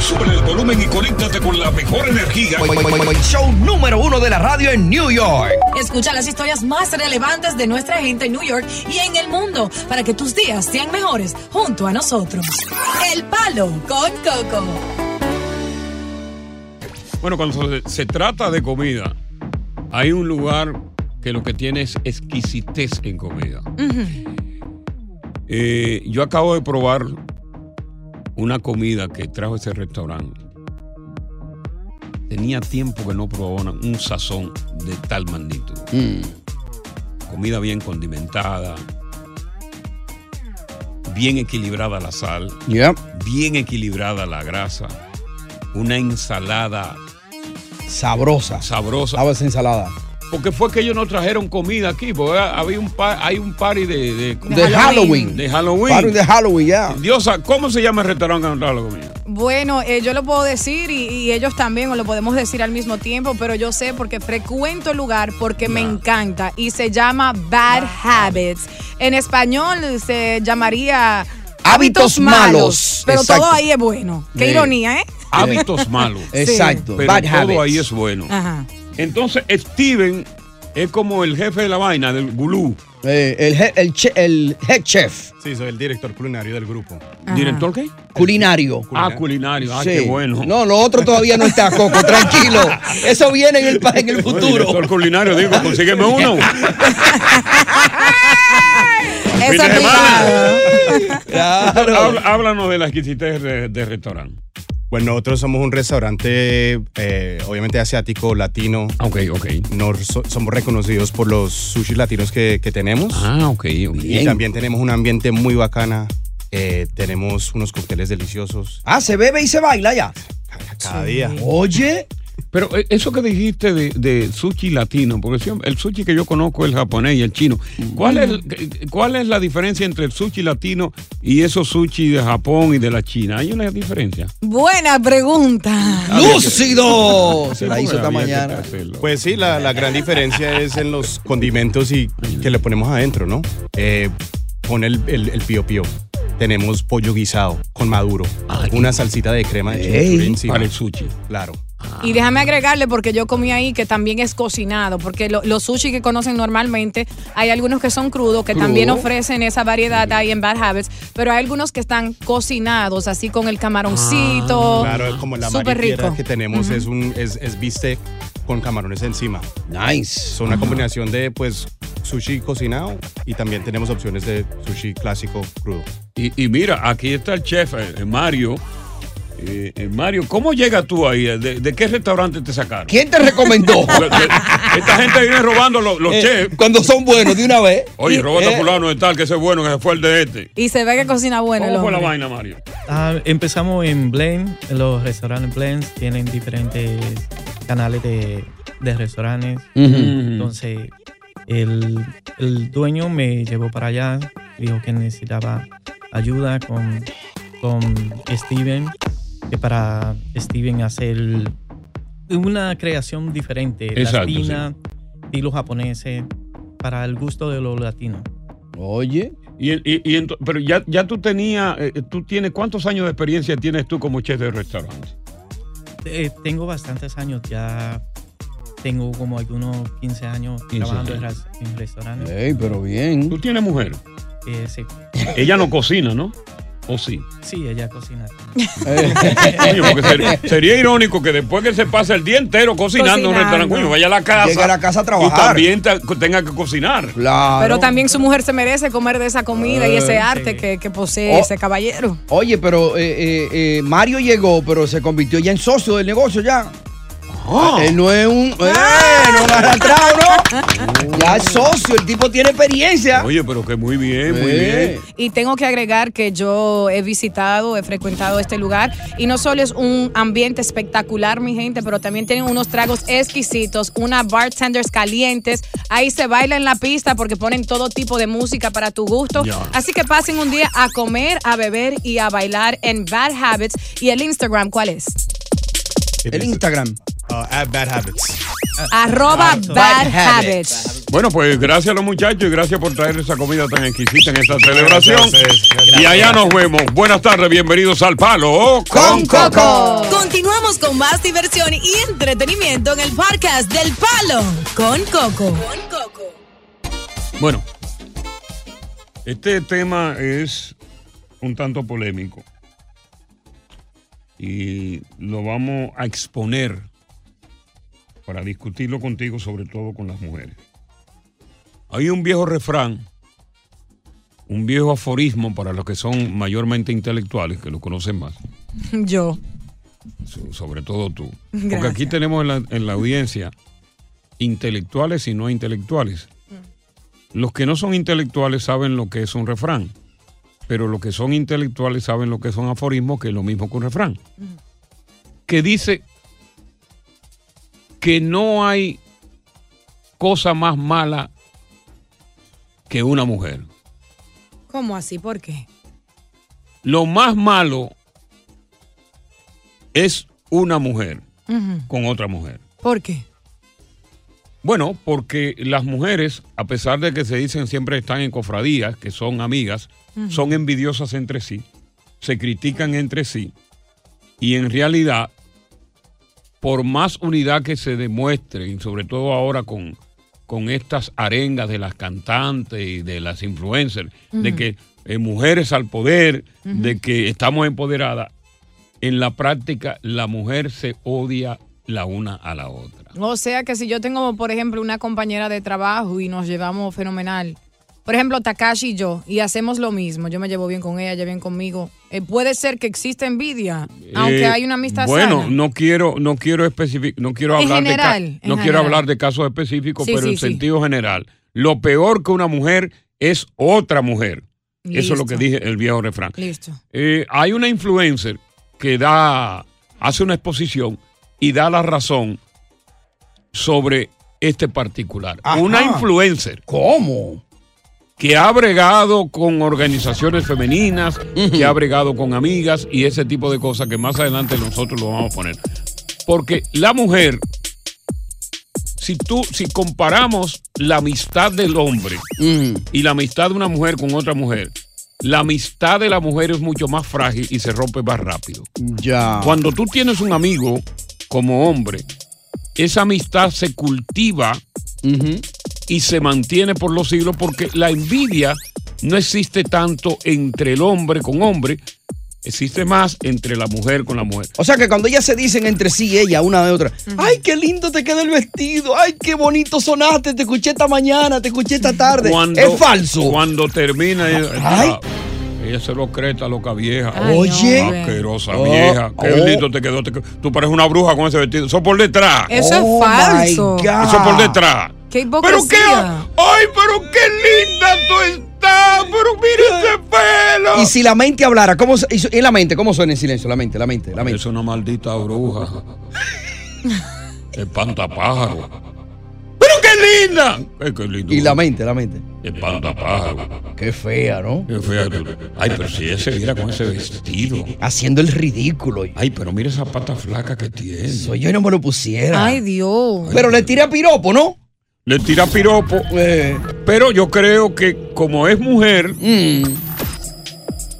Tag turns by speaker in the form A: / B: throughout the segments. A: Sube el volumen y conéctate con la mejor energía.
B: Show número uno de la radio en New York.
C: Escucha las historias más relevantes de nuestra gente en New York y en el mundo para que tus días sean mejores junto a nosotros. El Palo con Coco.
D: Bueno, cuando se, se trata de comida, hay un lugar que lo que tiene es exquisitez en comida. Eh, yo acabo de probar una comida que trajo ese restaurante. Tenía tiempo que no probaba una- un sazón de tal magnitud. Comida bien condimentada, bien equilibrada la sal,
E: Yep.
D: bien equilibrada la grasa, una ensalada
E: Sabrosa.
D: sabrosa.
E: Sabes ensalada.
D: Porque fue que ellos no trajeron comida aquí, porque había un pa- hay un party de, de,
E: De Halloween.
D: De Halloween.
E: Party de Halloween, ya.
D: Diosa, ¿cómo se llama el restaurante donde trajo la comida?
F: Bueno, eh, yo lo puedo decir y, y ellos también, o lo podemos decir al mismo tiempo, pero yo sé porque frecuento el lugar porque me encanta y se llama Bad Habits. En español se llamaría
E: Hábitos malos.
F: pero
E: Exacto.
F: todo ahí es bueno. Qué
D: Sí.
F: ironía, ¿eh?
D: Hábitos malos.
E: Exacto.
D: Pero
E: Bad
D: todo
E: habits.
D: ahí es bueno.
F: Ajá.
D: Entonces, Steven es como el jefe de la vaina, del gulú.
E: Eh, el, je- el, che- el head chef
G: Sí, soy el director culinario del grupo.
F: Ajá.
D: ¿Director qué?
E: culinario.
D: Ah, culinario. Ah,
E: Sí.
D: qué bueno.
E: No, lo otro todavía no está, Coco. Tranquilo. Eso viene en el, pa- en el
D: No,
E: futuro.
D: Director culinario, digo, consígueme uno.
F: Esa
D: de
F: picada.
E: Claro.
D: Habla- háblanos de la exquisitez de, de restaurante.
G: Bueno, Pues nosotros somos un restaurante, eh, obviamente asiático, latino.
D: Ok, ok.
G: Nos, so- somos reconocidos por los sushi latinos que, que tenemos.
D: Ah, ok, ok.
G: y también tenemos un ambiente muy bacana. Eh, tenemos unos cócteles deliciosos
E: Ah, se bebe y se baila ya.
G: cada día.
E: Oye.
D: Pero eh, eso que dijiste de, de sushi latino, porque siempre- el sushi que yo conozco es el japonés y el chino. ¿Cuál es,
E: Mm.
D: el- eh, ¿Cuál es la diferencia entre el sushi latino y esos sushi de Japón y de la China? ¿Hay una diferencia?
F: Buena pregunta.
E: ¡Lúcido! Se la
D: Sí,
E: hizo esta
D: había que
E: mañana.
D: hacerlo.
G: Pues sí, la, la gran diferencia es en los condimentos y que le ponemos adentro, ¿no? Eh, pone el, el, el pío pío. Tenemos pollo guisado con maduro. una salsita de crema de
E: Ey.
G: chimichurri encima.
D: para el sushi.
G: Claro.
F: Y déjame agregarle, porque yo comí ahí, que también es cocinado, porque lo- los sushi que conocen normalmente, hay algunos que son crudos, que
D: Crudo.
F: también ofrecen esa variedad ahí en Bad Habits, pero hay algunos que están cocinados, así con el camaroncito.
G: Ah, Claro, es como la
F: Súper
G: mariquera
F: rico.
G: que tenemos es un es, es bistec con camarones encima. Es
E: Nice.
G: una combinación de pues sushi cocinado y también tenemos opciones de sushi clásico crudo.
D: Y, y mira, aquí está el chef, eh, Mario. Eh, eh, Mario, ¿cómo llegas tú ahí? Eh, ¿De, de qué restaurante te sacaron?
E: ¿Quién te recomendó?
D: Porque Esta gente viene robando los, los
E: Eh,
D: chefs.
E: cuando son buenos, de una vez.
D: Oye, robando
E: Eh,
D: a fulano de tal, que ese es bueno, que se fue el de este.
F: Y se ve que cocina bueno el
D: ¿Cómo fue la
F: hombre.
D: vaina, Mario?
H: Ah, empezamos en Blaine. Los restaurantes Blaine tienen diferentes canales de, de restaurantes.
E: Ujú.
H: Entonces, el, el dueño me llevó para allá. Dijo que necesitaba ayuda con, con Steven. Que para Steven hacer una creación diferente,
D: Exacto, sí.
H: latina, estilo japonés, para el gusto de los latinos.
E: Oye.
D: Y, y- y ento- pero ya, ya tú tenías, eh, tú tienes, ¿cuántos años de experiencia tienes tú como chef de restaurante?
H: Eh, tengo bastantes años ya. Tengo como algunos 15 años
D: 15
H: trabajando en
D: años.
H: ras- en restaurantes.
D: Ey, pero bien. ¿Tú tienes mujer?
H: Eh, sí.
D: Ella no cocina, ¿no? ¿O sí?
H: Sí, ella cocina. Eh.
D: Coño, porque ser- sería, irónico que después que se pasa el día entero cocinando en un
F: Cocinando.
D: restaurante, coño, vaya a la casa.
F: Llegue a la casa a trabajar.
D: Y también ta- tenga que cocinar. Claro.
F: Pero también su mujer se merece comer de esa comida y ese
E: Eh,
F: arte que, que posee
E: Oh.
F: ese caballero.
E: Oye, pero eh, eh, eh, Mario llegó, pero se convirtió ya en socio del negocio ya.
D: Ah.
E: Él no es un. ¡Eh!
F: Ah.
E: No lo arrastrado, ¿no? Ya es socio, el tipo tiene experiencia.
D: Oye, pero que muy bien, muy bien.
E: Eh.
F: Y tengo que agregar que yo he visitado, he frecuentado este lugar y no solo es un ambiente espectacular, mi gente, pero también tienen unos tragos exquisitos, unas bartenders calientes. Ahí se baila en la pista porque ponen todo tipo de música para tu gusto.
I: Ya.
F: Así que pasen un día a comer, a beber y a bailar en Bad Habits. ¿Y el Instagram cuál es?
E: El
D: Este,
E: Instagram.
G: at Oh, Bad Habits.
F: Arroba
G: Bad
F: Bad
G: Habits.
F: Habits.
D: Bueno, pues gracias a los muchachos y gracias por traer esa comida tan exquisita en esta celebración.
G: Gracias, gracias.
D: Y allá nos vemos. Buenas tardes, bienvenidos al Palo con Coco.
C: Continuamos con más diversión y entretenimiento en el podcast del Palo con Coco.
D: Bueno, este tema es un tanto polémico y lo vamos a exponer para discutirlo contigo, sobre todo con las mujeres. Hay un viejo refrán, un viejo aforismo para los que son mayormente intelectuales, que lo conocen más,
F: Yo.
D: so- sobre todo tú. Porque
F: Gracias.
D: aquí tenemos en la, en la audiencia intelectuales y no intelectuales. Los que no son intelectuales saben lo que es un refrán, pero los que son intelectuales saben lo que son aforismos, que es lo mismo que un refrán. Que dice que no hay cosa más mala que una mujer.
F: ¿Cómo así? ¿Por qué?
D: Lo más malo es una mujer
F: Ujú.
D: con otra mujer.
F: ¿Por qué?
D: Bueno, porque las mujeres, a pesar de que se dicen siempre están en cofradías, que son amigas,
J: Ujú.
D: son envidiosas entre sí, se critican entre sí, y en realidad, por más unidad que se demuestre, y sobre todo ahora con, con estas arengas de las cantantes y de las influencers, de
K: Ujú.
D: que eh, mujeres al poder,
K: Ujú.
D: de que estamos empoderadas, en la práctica la mujer se odia la una a la otra.
F: O sea que si yo tengo, por ejemplo, una compañera de trabajo y nos llevamos fenomenal. Por ejemplo, Takashi y yo, y hacemos lo mismo. Yo me llevo bien con ella, ella bien conmigo. Eh, puede ser que exista envidia, aunque
D: Eh,
F: hay una amistad
D: bueno,
F: sana.
D: no quiero, no quiero especific- no quiero
F: En
D: hablar
F: general,
D: de
F: en
D: ca- no quiero
F: general.
D: hablar de casos específicos,
F: Sí,
D: pero
F: sí,
D: en
F: sí.
D: sentido general, lo peor que una mujer es otra mujer. Eso es lo que dije el viejo refrán.
F: Listo.
D: Eh, hay una influencer que da, hace una exposición y da la razón sobre este particular. Una influencer.
E: ¿Cómo?
D: Que ha bregado con organizaciones femeninas, que ha bregado con amigas y ese tipo de cosas que más adelante nosotros lo vamos a poner. Porque la mujer, si tú, si comparamos la amistad del hombre y la amistad de una mujer con otra mujer, la amistad de la mujer es mucho más frágil y se rompe más rápido.
E: Ya.
D: Cuando tú tienes un amigo como hombre, esa amistad se cultiva y se mantiene por los siglos porque la envidia no existe tanto entre el hombre con hombre, existe más entre la mujer con la mujer.
E: O sea que cuando ellas se dicen entre sí, ella, una de otra, ay, qué lindo te quedó el vestido, ay, qué bonito sonaste, te escuché esta mañana, te escuché esta tarde.
D: Cuando-
E: Es falso.
D: Cuando termina, ella,
E: Ay.
D: ella se lo cree esta loca vieja.
E: Ay, Oye. no, hombre.
D: Asquerosa
E: Oh,
D: vieja. Qué
E: oh.
D: lindo te quedó, te quedó. Tú pareces una bruja con ese vestido. Eso por detrás.
F: Eso es Oh, falso. my God.
D: Eso por detrás.
F: ¡Qué hipocresía!
D: ¡Ay, pero qué linda tú estás! ¡Pero mira ese pelo!
E: Y si la mente hablara, ¿cómo, su- y su- y la mente, ¿cómo suena en silencio? La mente, la mente, la mente.
D: Es una maldita bruja. Espantapájaro. ¡Pero qué linda! Eh, qué lindo.
E: Y la mente, la mente.
D: Espantapájaro.
E: Qué fea, ¿no?
D: Qué fea. tú. Ay, pero si ella se viera con ese vestido.
E: Haciendo el ridículo.
D: Ay, pero mira esa pata flaca que tiene.
E: Soy yo y no me lo pusiera.
F: Ay, Dios.
E: Pero le tiré a piropo, ¿no? Eh.
D: le tira piropo. Pero yo creo que como es mujer
E: Mm.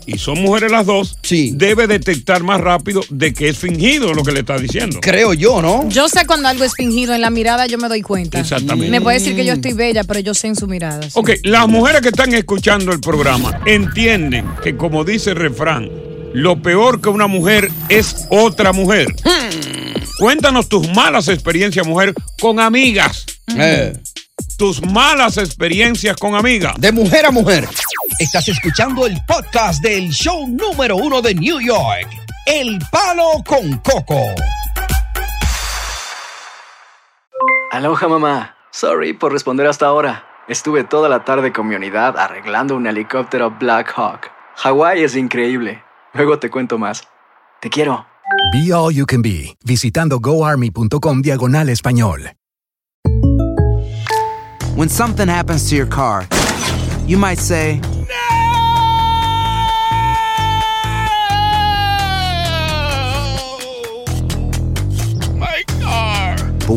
D: y son mujeres las dos, debe detectar más rápido de que es fingido lo que le está diciendo.
E: Creo yo, ¿no?
F: Yo sé cuando algo es fingido, en la mirada yo me doy cuenta.
D: Exactamente.
F: Me puede decir que yo estoy bella, pero yo sé en su mirada. sí.
D: Ok, las mujeres que están escuchando el programa entienden que como dice el refrán, lo peor que una mujer es otra mujer.
F: Hmm.
D: Cuéntanos tus malas experiencias, mujer, con amigas.
E: Eh.
D: Tus malas experiencias con amigas.
E: De mujer a mujer.
B: Estás escuchando el podcast del show número uno de New York, El Palo con Coco.
I: Aloha mamá. Sorry por responder hasta ahora. Estuve toda la tarde con mi unidad arreglando un helicóptero Black Hawk. Hawái es increíble. Luego te cuento más. Te quiero.
J: Be All You Can Be, visitando goarmy.com diagonal español.
K: When something happens to your car, you might say,
L: My car.
K: but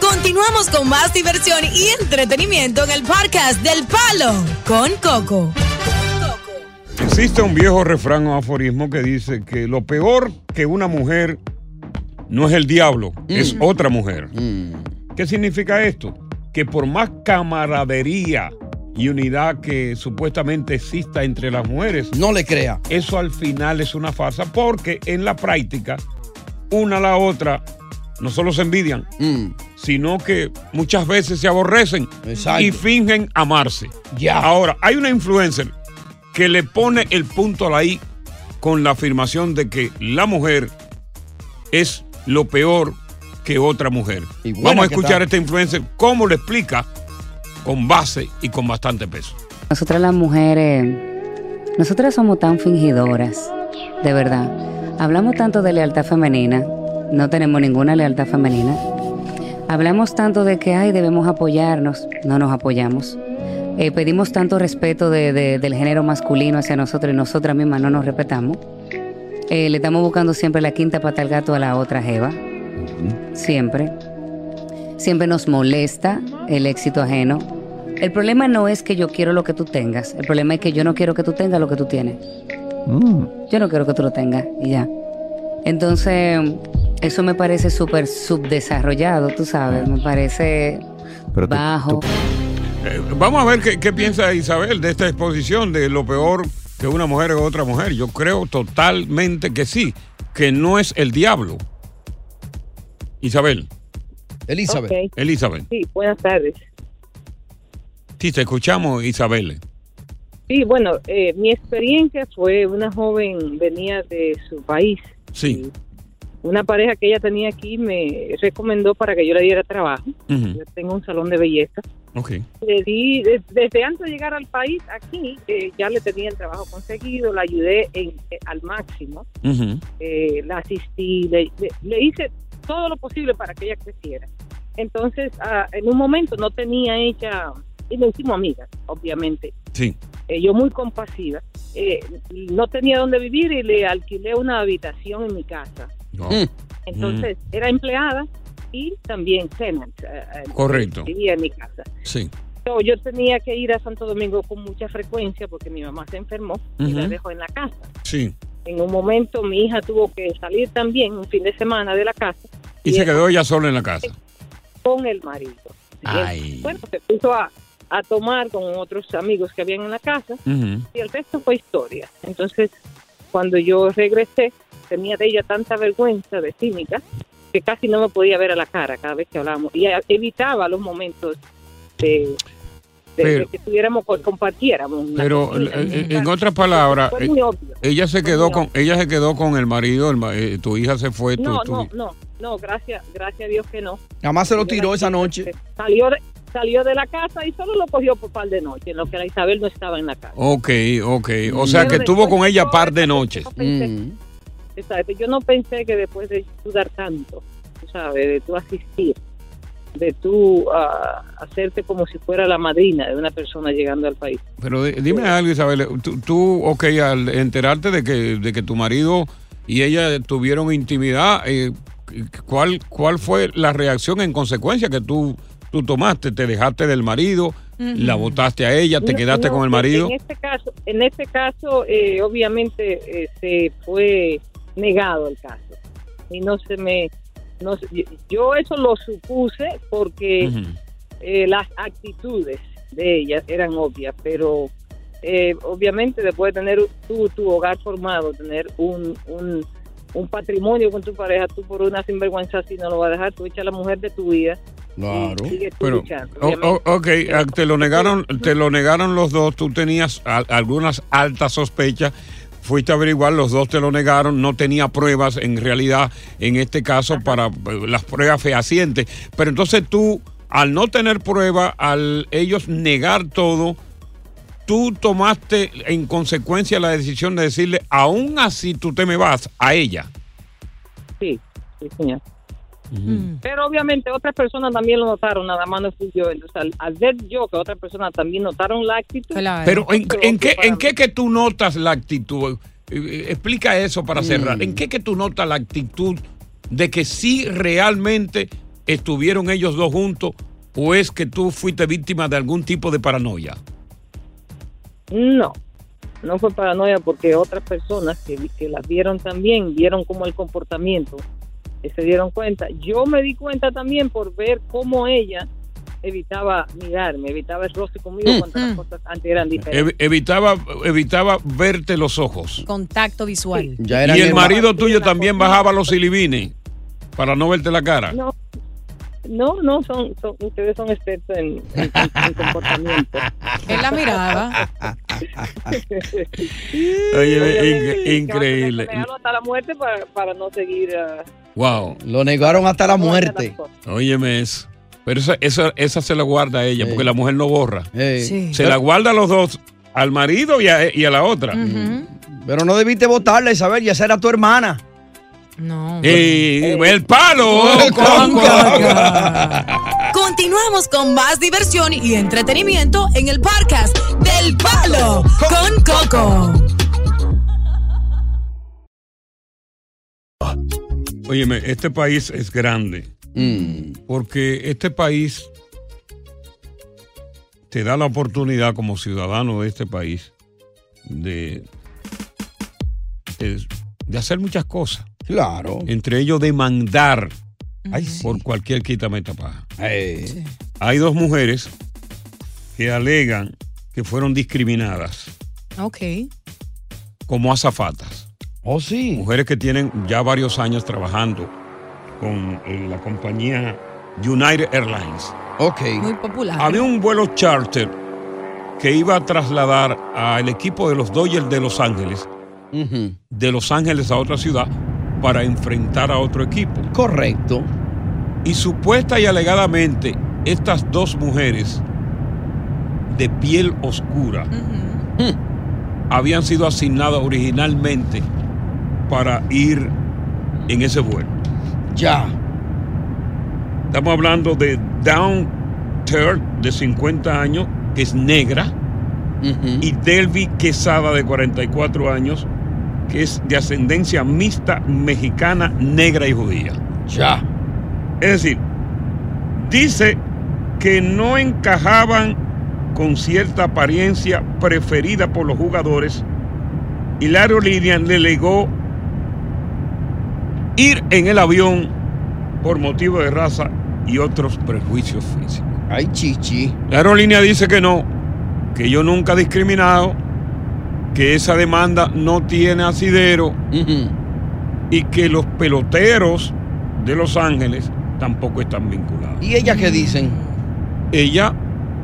C: Continuamos con más diversión y entretenimiento en el podcast del Palo con Coco.
D: Existe un viejo refrán o aforismo que dice que lo peor que una mujer no es el diablo,
E: Mm.
D: es otra mujer. ¿Qué significa esto? Que por más camaradería y unidad que supuestamente exista entre las mujeres,
E: no le crea.
D: Eso al final es una farsa porque en la práctica una a la otra no solo se envidian,
M: Mm.
D: sino que muchas veces se aborrecen y fingen amarse.
E: Ya.
D: Ahora, hay una influencer que le pone el punto a la I con la afirmación de que la mujer es lo peor que otra mujer.
M: buena
D: Vamos a
M: que
D: escuchar a
M: está.
D: esta influencer cómo lo explica con base y con bastante peso.
M: Nosotras las mujeres, nosotras somos tan fingidoras, de verdad. Hablamos tanto de lealtad femenina, no tenemos ninguna lealtad femenina. Hablamos tanto de que, ay, debemos apoyarnos, no nos apoyamos. Eh, pedimos tanto respeto de- de- del género masculino hacia nosotros y nosotras mismas no nos respetamos. Eh, le estamos buscando siempre la quinta pata al gato a la otra jeva, siempre. Siempre nos molesta el éxito ajeno. El problema no es que yo quiero lo que tú tengas, el problema es que yo no quiero que tú tengas lo que tú tienes.
E: Mm.
M: Yo no quiero que tú lo tengas y ya. Entonces, eso me parece súper subdesarrollado, tú sabes, me parece
D: Pero tú-
M: bajo.
D: Eh, vamos a ver qué, qué piensa Isabel de esta exposición de lo peor que una mujer es otra mujer. Yo creo totalmente que sí, que no es el diablo. Isabel.
N: Elizabeth. Ok.
D: Elizabeth.
N: Sí, buenas tardes.
D: Sí, te escuchamos, Isabel.
N: Sí, bueno, eh, mi experiencia fue una joven venía de su país.
D: Sí.
N: Una pareja que ella tenía aquí me recomendó para que yo le diera trabajo.
D: Ujú.
N: Yo tengo un salón de belleza.
D: Ok.
N: Le di, de- desde antes de llegar al país, aquí, eh, ya le tenía el trabajo conseguido, la ayudé en- eh, al máximo.
O: Mm.
D: Ujú.
N: eh, la asistí, le, le- le hice todo lo posible para que ella creciera. Entonces, ah, en un momento no tenía ella, y nos hicimos amigas, obviamente.
D: Sí.
N: Eh, yo muy compasiva. eh, no tenía dónde vivir y le alquilé una habitación en mi casa. Entonces,
D: Mm.
N: era empleada y también tenant. eh, eh,
D: Correcto.
N: Vivía en mi casa.
D: Sí.
N: So, yo tenía que ir a Santo Domingo con mucha frecuencia porque mi mamá se enfermó y la
D: Ujú.
N: dejó en la casa.
D: Sí.
N: En un momento mi hija tuvo que salir también un fin de semana de la casa eh,
D: Y se quedó ella sola en la casa.
N: con el marido. Y él,
D: Ay.
N: Bueno, se puso a, a tomar con otros amigos que habían en la casa
D: Ujú.
N: y el resto fue historia. Entonces, cuando yo regresé, tenía de ella tanta vergüenza de cínica que casi no me podía ver a la cara cada vez que hablábamos y eh, evitaba los momentos de, de- de
D: Pero-
N: que tuviéramos co- compartiéramos una
D: Pero
N: cocina.
D: eh, en otras palabras,
N: Fue muy
D: eh,
N: obvio.
D: ella se quedó con ella se quedó con el marido, el ma- eh, tu hija se fue, tú,
N: No,
D: tú-
N: no, no, no, gracias, gracias a Dios que no.
E: Nada más se lo tiró esa noche.
N: Salió de, salió de la casa y solo lo cogió por par de noches, en lo que la Isabel no estaba en la casa.
D: Ok, ok. O sea
N: Mm. Pero
D: que estuvo
N: después
D: con ella par de noches.
N: Exacto, Yo no pensé que después de sudar tanto, tú ¿sabes? De tú asistir, de tú ah, hacerte como si fuera la madrina de una persona llegando al país.
D: Pero di- dime algo, Isabel. Tú, tú, ok, al enterarte de que, de que tu marido y ella tuvieron intimidad, eh, ¿cuál, ¿cuál fue la reacción en consecuencia que tú, tú tomaste? ¿Te dejaste del marido? ¿La botaste a ella? ¿Te
N: No,
D: quedaste
N: no,
D: con el marido?
N: En este caso, en este caso eh, obviamente eh, se fue negado el caso. Y no se me... No, se- yo- yo eso lo supuse porque eh, las actitudes de ellas eran obvias, pero eh, obviamente después de tener tu, tu hogar formado, tener un, un, un patrimonio con tu pareja, tú por una sinvergüenza así no lo vas a dejar, tú echa a la mujer de tu vida.
D: Claro.
N: Sigue tú
D: Pero,
N: luchando,
D: o-
N: obviamente.
D: o- ok, ah, te lo negaron, te lo negaron los dos. Tú tenías al- algunas altas sospechas. Fuiste a averiguar, los dos te lo negaron, no tenía pruebas en realidad, en este caso, para eh, las pruebas fehacientes. Pero entonces tú, al no tener pruebas, al ellos negar todo, tú tomaste en consecuencia la decisión de decirle, aún así tú te me vas a ella.
N: Sí, sí, señor. Pero obviamente otras personas también lo notaron, nada más no fui yo. Entonces, al, al ver yo que otras personas también notaron la actitud,
D: Pero ¿en,
N: fue
D: en
N: obvio
D: qué,
N: para
D: ¿en qué que tú notas la actitud? Eh, eh, Explica eso
N: Mm.
D: para cerrar. ¿En qué que tú notas la actitud de que sí realmente estuvieron ellos dos juntos o es que tú fuiste víctima de algún tipo de paranoia?
N: No, no fue paranoia porque otras personas que, vi- que las vieron también, vieron como el comportamiento, eh, se dieron cuenta. Yo me di cuenta también por ver cómo ella evitaba mirarme, evitaba el rostro conmigo cuando las cosas antes eran diferentes.
D: Ev- evitaba, evitaba verte los ojos.
F: Contacto visual.
D: y el marido tuyo también bajaba los silibines para no verte la cara.
N: No, no, no, son, son- ustedes son expertos en, en- en- en comportamiento.
F: Él la miraba.
D: Oye, inc-
N: Obviamente, que va a tener que
D: increíble.
N: negarlo hasta la muerte para, para no seguir. ah,
D: Wow.
E: Lo negaron hasta la muerte.
D: Óyeme eso. Pero esa, esa, esa se la guarda a ella, porque la mujer no borra.
E: Sí.
D: Se la guarda a los dos, al marido y a, y a la otra.
E: Pero no debiste votarla, Isabel, ya esa era tu hermana.
F: No.
D: Y el palo
E: con
C: Continuamos con más diversión y entretenimiento en el podcast del Palo con Coco.
D: Óyeme, este país es grande. Porque este país te da la oportunidad como ciudadano de este país de, de, de hacer muchas cosas.
E: Claro.
D: Entre ellos demandar por cualquier quítame esta paja. Hay dos mujeres que alegan que fueron discriminadas
F: Ok.
D: como azafatas.
E: Oh, sí.
D: Mujeres que tienen ya varios años trabajando con eh, la compañía United Airlines.
E: Ok.
F: Muy popular.
D: Había un vuelo charter que iba a trasladar al equipo de los Dodgers de Los Ángeles, de Los Ángeles a otra ciudad, para enfrentar a otro equipo.
E: Correcto.
D: Y supuesta y alegadamente, estas dos mujeres de piel oscura habían sido asignadas originalmente para ir en ese vuelo.
E: Ya.
D: Estamos hablando de Down Turd, de 50 años, que es negra, y Delvi Quesada, de 44 años, que es de ascendencia mixta mexicana, negra y judía.
E: Ya.
D: Es decir, dice que no encajaban con cierta apariencia preferida por los jugadores y la aerolínea le legó ir en el avión por motivo de raza y otros prejuicios físicos.
E: Ay, chichi.
D: La aerolínea dice que no, que yo nunca he discriminado, que esa demanda no tiene asidero y que los peloteros de Los Ángeles tampoco están vinculadas.
E: ¿Y ellas qué dicen?
D: Ellas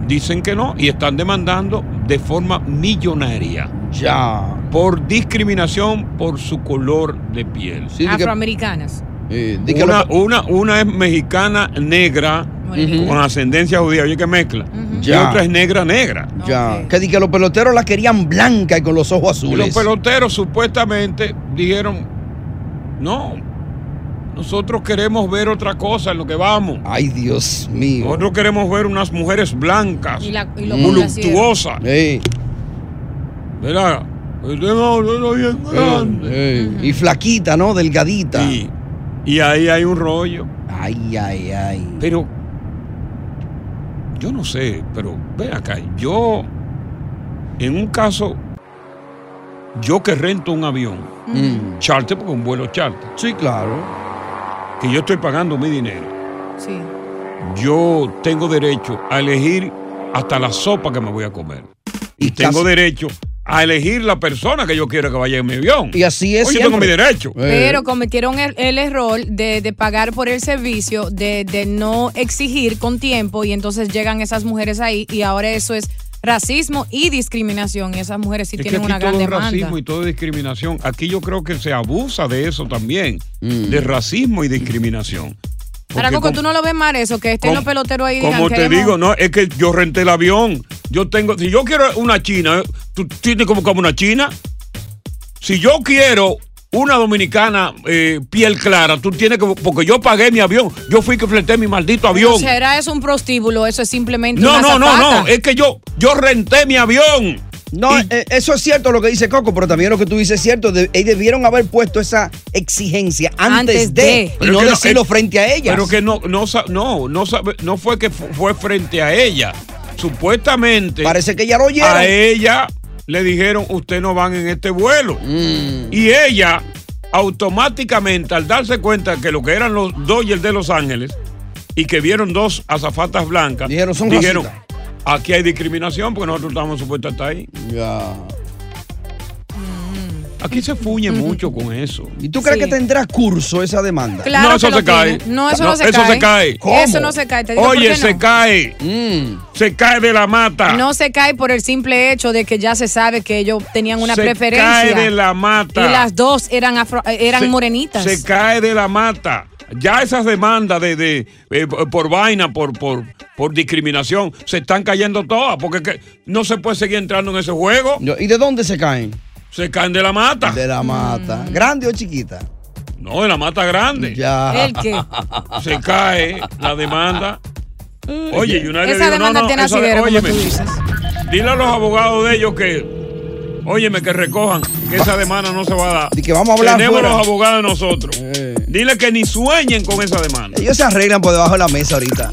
D: dicen que no y están demandando de forma millonaria.
E: Ya.
D: Por discriminación por su color de piel.
F: Afroamericanas.
E: Eh, di que
D: una,
E: lo-
D: una, una es mexicana negra
E: Morenita.
D: con ascendencia judía, oye que mezcla. Y
E: Ya.
D: otra es negra negra.
E: Ya. Que di que los peloteros la querían blanca y con los ojos
D: Ah, Y
E: azules.
D: los peloteros supuestamente dijeron, no, nosotros queremos ver otra cosa en lo que vamos.
E: Ay, Dios mío.
D: Nosotros queremos ver unas mujeres blancas,
F: Y, la, y
D: Mm.
F: lo
D: voluptuosas. ¿Verdad?
E: Eh, Y flaquita, ¿no? Delgadita.
D: Y ahí hay un rollo.
E: Ay, ay, ay.
D: Pero yo no sé, pero ven acá, yo en un caso, yo que rento un avión,
E: Mm.
D: charter, porque un vuelo charter.
E: Sí, claro.
D: Que yo estoy pagando mi dinero.
F: Sí.
D: Yo tengo derecho a elegir hasta la sopa que me voy a comer. Y, tengo derecho a elegir la persona que yo quiero que vaya en mi avión. Y
E: así es
D: Oye, yo tengo mi
E: siempre.
D: derecho.
F: Pero cometieron el, el error de, de pagar por el servicio, de, de no exigir con tiempo y entonces llegan esas mujeres ahí y ahora eso es racismo y discriminación y esas mujeres sí
D: Es que
F: tienen
D: aquí
F: una gran
D: todo es
F: demanda.
D: racismo y todo es discriminación. Aquí yo creo que se abusa de eso también, de racismo y discriminación. Porque
F: Ahora, Coco,
D: como-
F: tú no lo ves mal eso, que estén
D: como-
F: los peloteros ahí digan,
D: Como te
F: "Queremos-".
D: digo, no, es que yo renté el avión. Yo tengo, si yo quiero una china, tú tienes como como una china. Si yo quiero una dominicana eh, piel clara, tú tienes que, porque yo pagué mi avión, yo fui que fleté mi maldito avión.
F: O sea, era eso un prostíbulo, eso es simplemente
D: No,
F: una
D: no, no,
F: zapata.
D: no, es que yo, yo renté mi avión.
E: No, eh, eso es cierto lo que dice Coco, pero también lo que tú dices es cierto. De- ellos debieron haber puesto esa exigencia antes,
F: Antes
E: de,
F: de.
E: y
D: Pero
E: no
D: que no,
E: decirlo
D: eh,
E: frente a ellas.
D: Pero que no, no, sa- no, no, sabe- no fue que fu- fue frente a ella. Supuestamente.
E: Parece que ya lo oyeron.
D: A ella le dijeron, usted no van en este vuelo.
E: Mm.
D: Y ella, automáticamente, al darse cuenta que lo que eran los Dodgers de Los Ángeles y que vieron dos azafatas blancas, dijeron,
E: son
D: aquí hay discriminación porque nosotros estamos supuestos hasta ahí.
F: Mm.
D: Aquí se fuñe mucho con eso.
E: ¿Y tú crees que tendrá curso esa demanda?
F: Claro que lo tiene. No, eso no, se cae. Eso no se cae. Te digo por
D: Oye,
F: qué
D: se
F: no.
D: cae.
E: Mm.
D: Se cae de la mata.
F: No se cae por el simple hecho de que ya se sabe que ellos tenían una
D: se
F: preferencia.
D: cae de la
F: y
D: mata.
F: las dos eran afro- eh, eran
D: Se-
F: morenitas.
D: Se cae de la mata. Ya esas demandas de, de, eh, por vaina, por, por, por discriminación, se están cayendo todas, porque es que no se puede seguir entrando en ese juego.
E: ¿Y de dónde se caen?
D: Se caen de la mata. Mm.
E: De la mata. ¿Grande o chiquita?
D: No, de la mata grande.
E: Ya.
F: ¿El qué?
D: Se cae la demanda. Oye, y una vez
F: Mm.
D: le digo, no,
F: Esa demanda
D: no,
F: tiene
D: esa-
F: asidero, como tú
D: óyeme,
F: dices.
D: Dile a los abogados de ellos que, óyeme, que recojan, que esa demanda no se va a dar.
E: Y que vamos a hablar Eh.
D: Tenemos
E: fuera.
D: los abogados nosotros. Dile que ni sueñen con esa demanda.
E: Ellos se arreglan por debajo de la mesa ahorita.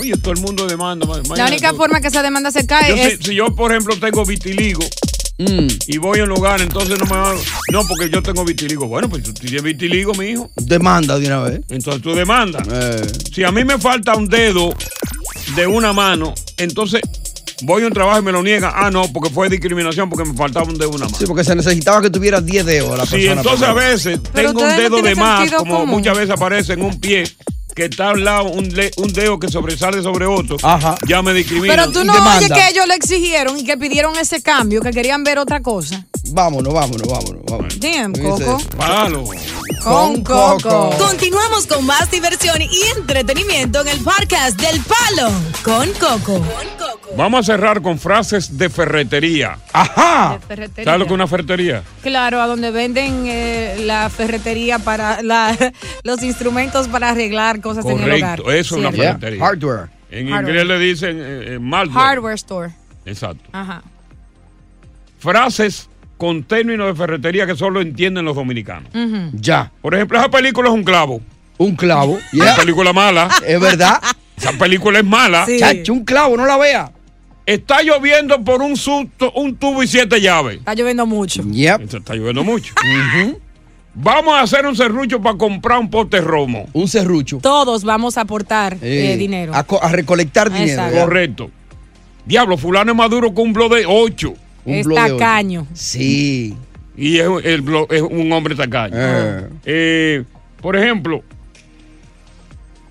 D: Oye, todo el mundo demanda. ma-
F: La
D: imagínate
F: única
D: tú.
F: forma que esa demanda se cae
D: Yo
F: es
D: si, si yo, por ejemplo, tengo vitiligo
E: Mm.
D: y voy a un lugar, entonces no me van No, porque yo tengo vitiligo. Bueno, pues tú tienes vitiligo, mi hijo.
E: Demanda de una vez.
D: Entonces tú demandas.
E: Eh.
D: Si a mí me falta un dedo de una mano, entonces voy a un trabajo y me lo niega. Ah, no, porque fue discriminación, porque me faltaba un dedo de una mano.
E: Sí, porque se necesitaba que tuviera 10 dedos la
D: Sí,
E: persona.
D: entonces
E: para-
D: a veces
E: Pero
D: tengo un
E: ustedes
D: dedo
E: no
D: de
E: tienen
D: más,
E: sentido
D: como
E: común.
D: muchas veces aparece en un pie, que está al lado un, le- un dedo que sobresale sobre otro. Ya me discrimina.
F: Pero tú no oyes que ellos lo exigieron y que pidieron ese cambio, que querían ver otra cosa.
E: Vámonos, vámonos, vámonos. vámonos.
F: Damn, Coco.
D: Páralo.
F: Con Coco.
C: Continuamos con más diversión y entretenimiento en el podcast del Palo con Coco.
D: Vamos a cerrar con frases de ferretería. ¡Ajá! ¿Sabes lo que es una ferretería?
F: Claro, a donde venden eh, la ferretería para la- los instrumentos para arreglar cosas en el hogar.
D: Correcto, eso es una
F: Cierto.
D: ferretería.
E: Hardware.
D: En
F: Hardware.
D: inglés le dicen eh, eh, malware.
F: Hardware store.
D: Exacto.
F: Ajá.
D: Frases con términos de ferretería que solo entienden los dominicanos.
F: Ujú.
E: Ya.
D: Por ejemplo, esa película es un clavo.
E: Un clavo.
D: Una película mala.
E: Es verdad.
D: Esa película es mala.
E: Sí. Chacho, un clavo, no la vea.
D: Está lloviendo por un, susto, un tubo y siete llaves.
F: Está lloviendo mucho.
D: Eso Está lloviendo mucho. Ujú. Vamos a hacer un serrucho para comprar un pote de romo.
E: Un serrucho.
F: Todos vamos a aportar
D: Eh,
F: eh, dinero.
E: A, co- a recolectar dinero.
F: Exacto.
D: Correcto. Diablo, fulano es maduro con un blow de 8.
F: Es tacaño.
E: Sí. Ah.
D: Y es, el blo- es un hombre tacaño. Eh, por ejemplo,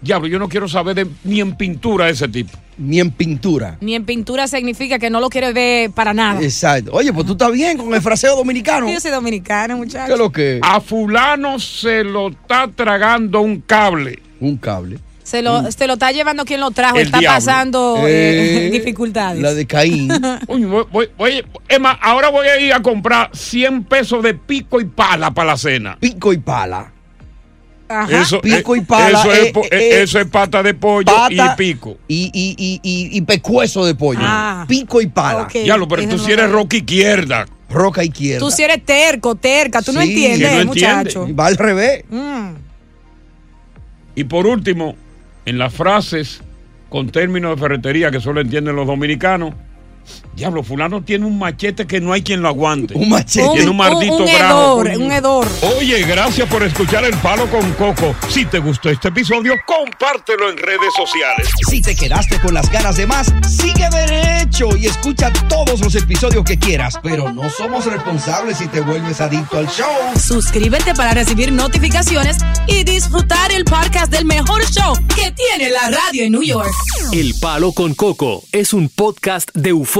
D: diablo, yo no quiero saber de, ni en pintura de ese tipo.
E: Ni en pintura.
F: Ni en pintura significa que no lo quiere ver para nada.
E: Exacto. Oye, pues tú estás bien con el fraseo dominicano.
F: Ah. Yo soy dominicana, muchachos.
E: ¿Qué es lo que?
D: A fulano se lo está tragando un cable.
E: Un cable.
F: Se lo,
E: Mm.
F: se lo está llevando quien lo trajo,
D: El
F: Ah, está
D: diablo.
F: pasando eh, dificultades.
E: La de Caín.
D: Uy, voy- voy- voy- Emma, ahora voy a ir a comprar 100 pesos de pico y pala para la cena.
E: Pico y pala.
F: Ajá.
E: Pico y
D: eh,
E: pala,
D: Eso, es,
E: eh,
D: po-
E: eh,
D: eso es pata de pollo
E: pata
D: y pico.
E: Y, y, y, y, y pescuezo de pollo.
F: Ah.
E: Pico y pala.
F: Ok.
D: Diablo, pero tú
F: Déjalo
D: si eres
F: ver.
D: roca izquierda.
E: Roca izquierda.
F: Tú si eres terco, terca, tú no
D: Sí,
F: entiendes,
D: que no entiende.
F: muchacho.
E: Va al revés.
F: Mm.
D: Y por último, en las frases con términos de ferretería que solo entienden los dominicanos. Diablo, fulano tiene un machete que no hay quien lo aguante.
E: Un machete.
D: Tiene un maldito
F: un
D: brazo.
F: hedor, un hedor.
D: Oye, gracias por escuchar El Palo con Coco. Si te gustó este episodio, compártelo en redes sociales.
E: Si te quedaste con las ganas de más, sigue derecho y escucha todos los episodios que quieras. Pero no somos responsables si te vuelves adicto al show.
C: Suscríbete para recibir notificaciones y disfrutar el podcast del mejor show que tiene la radio en New York.
O: El Palo con Coco es un podcast de euforia.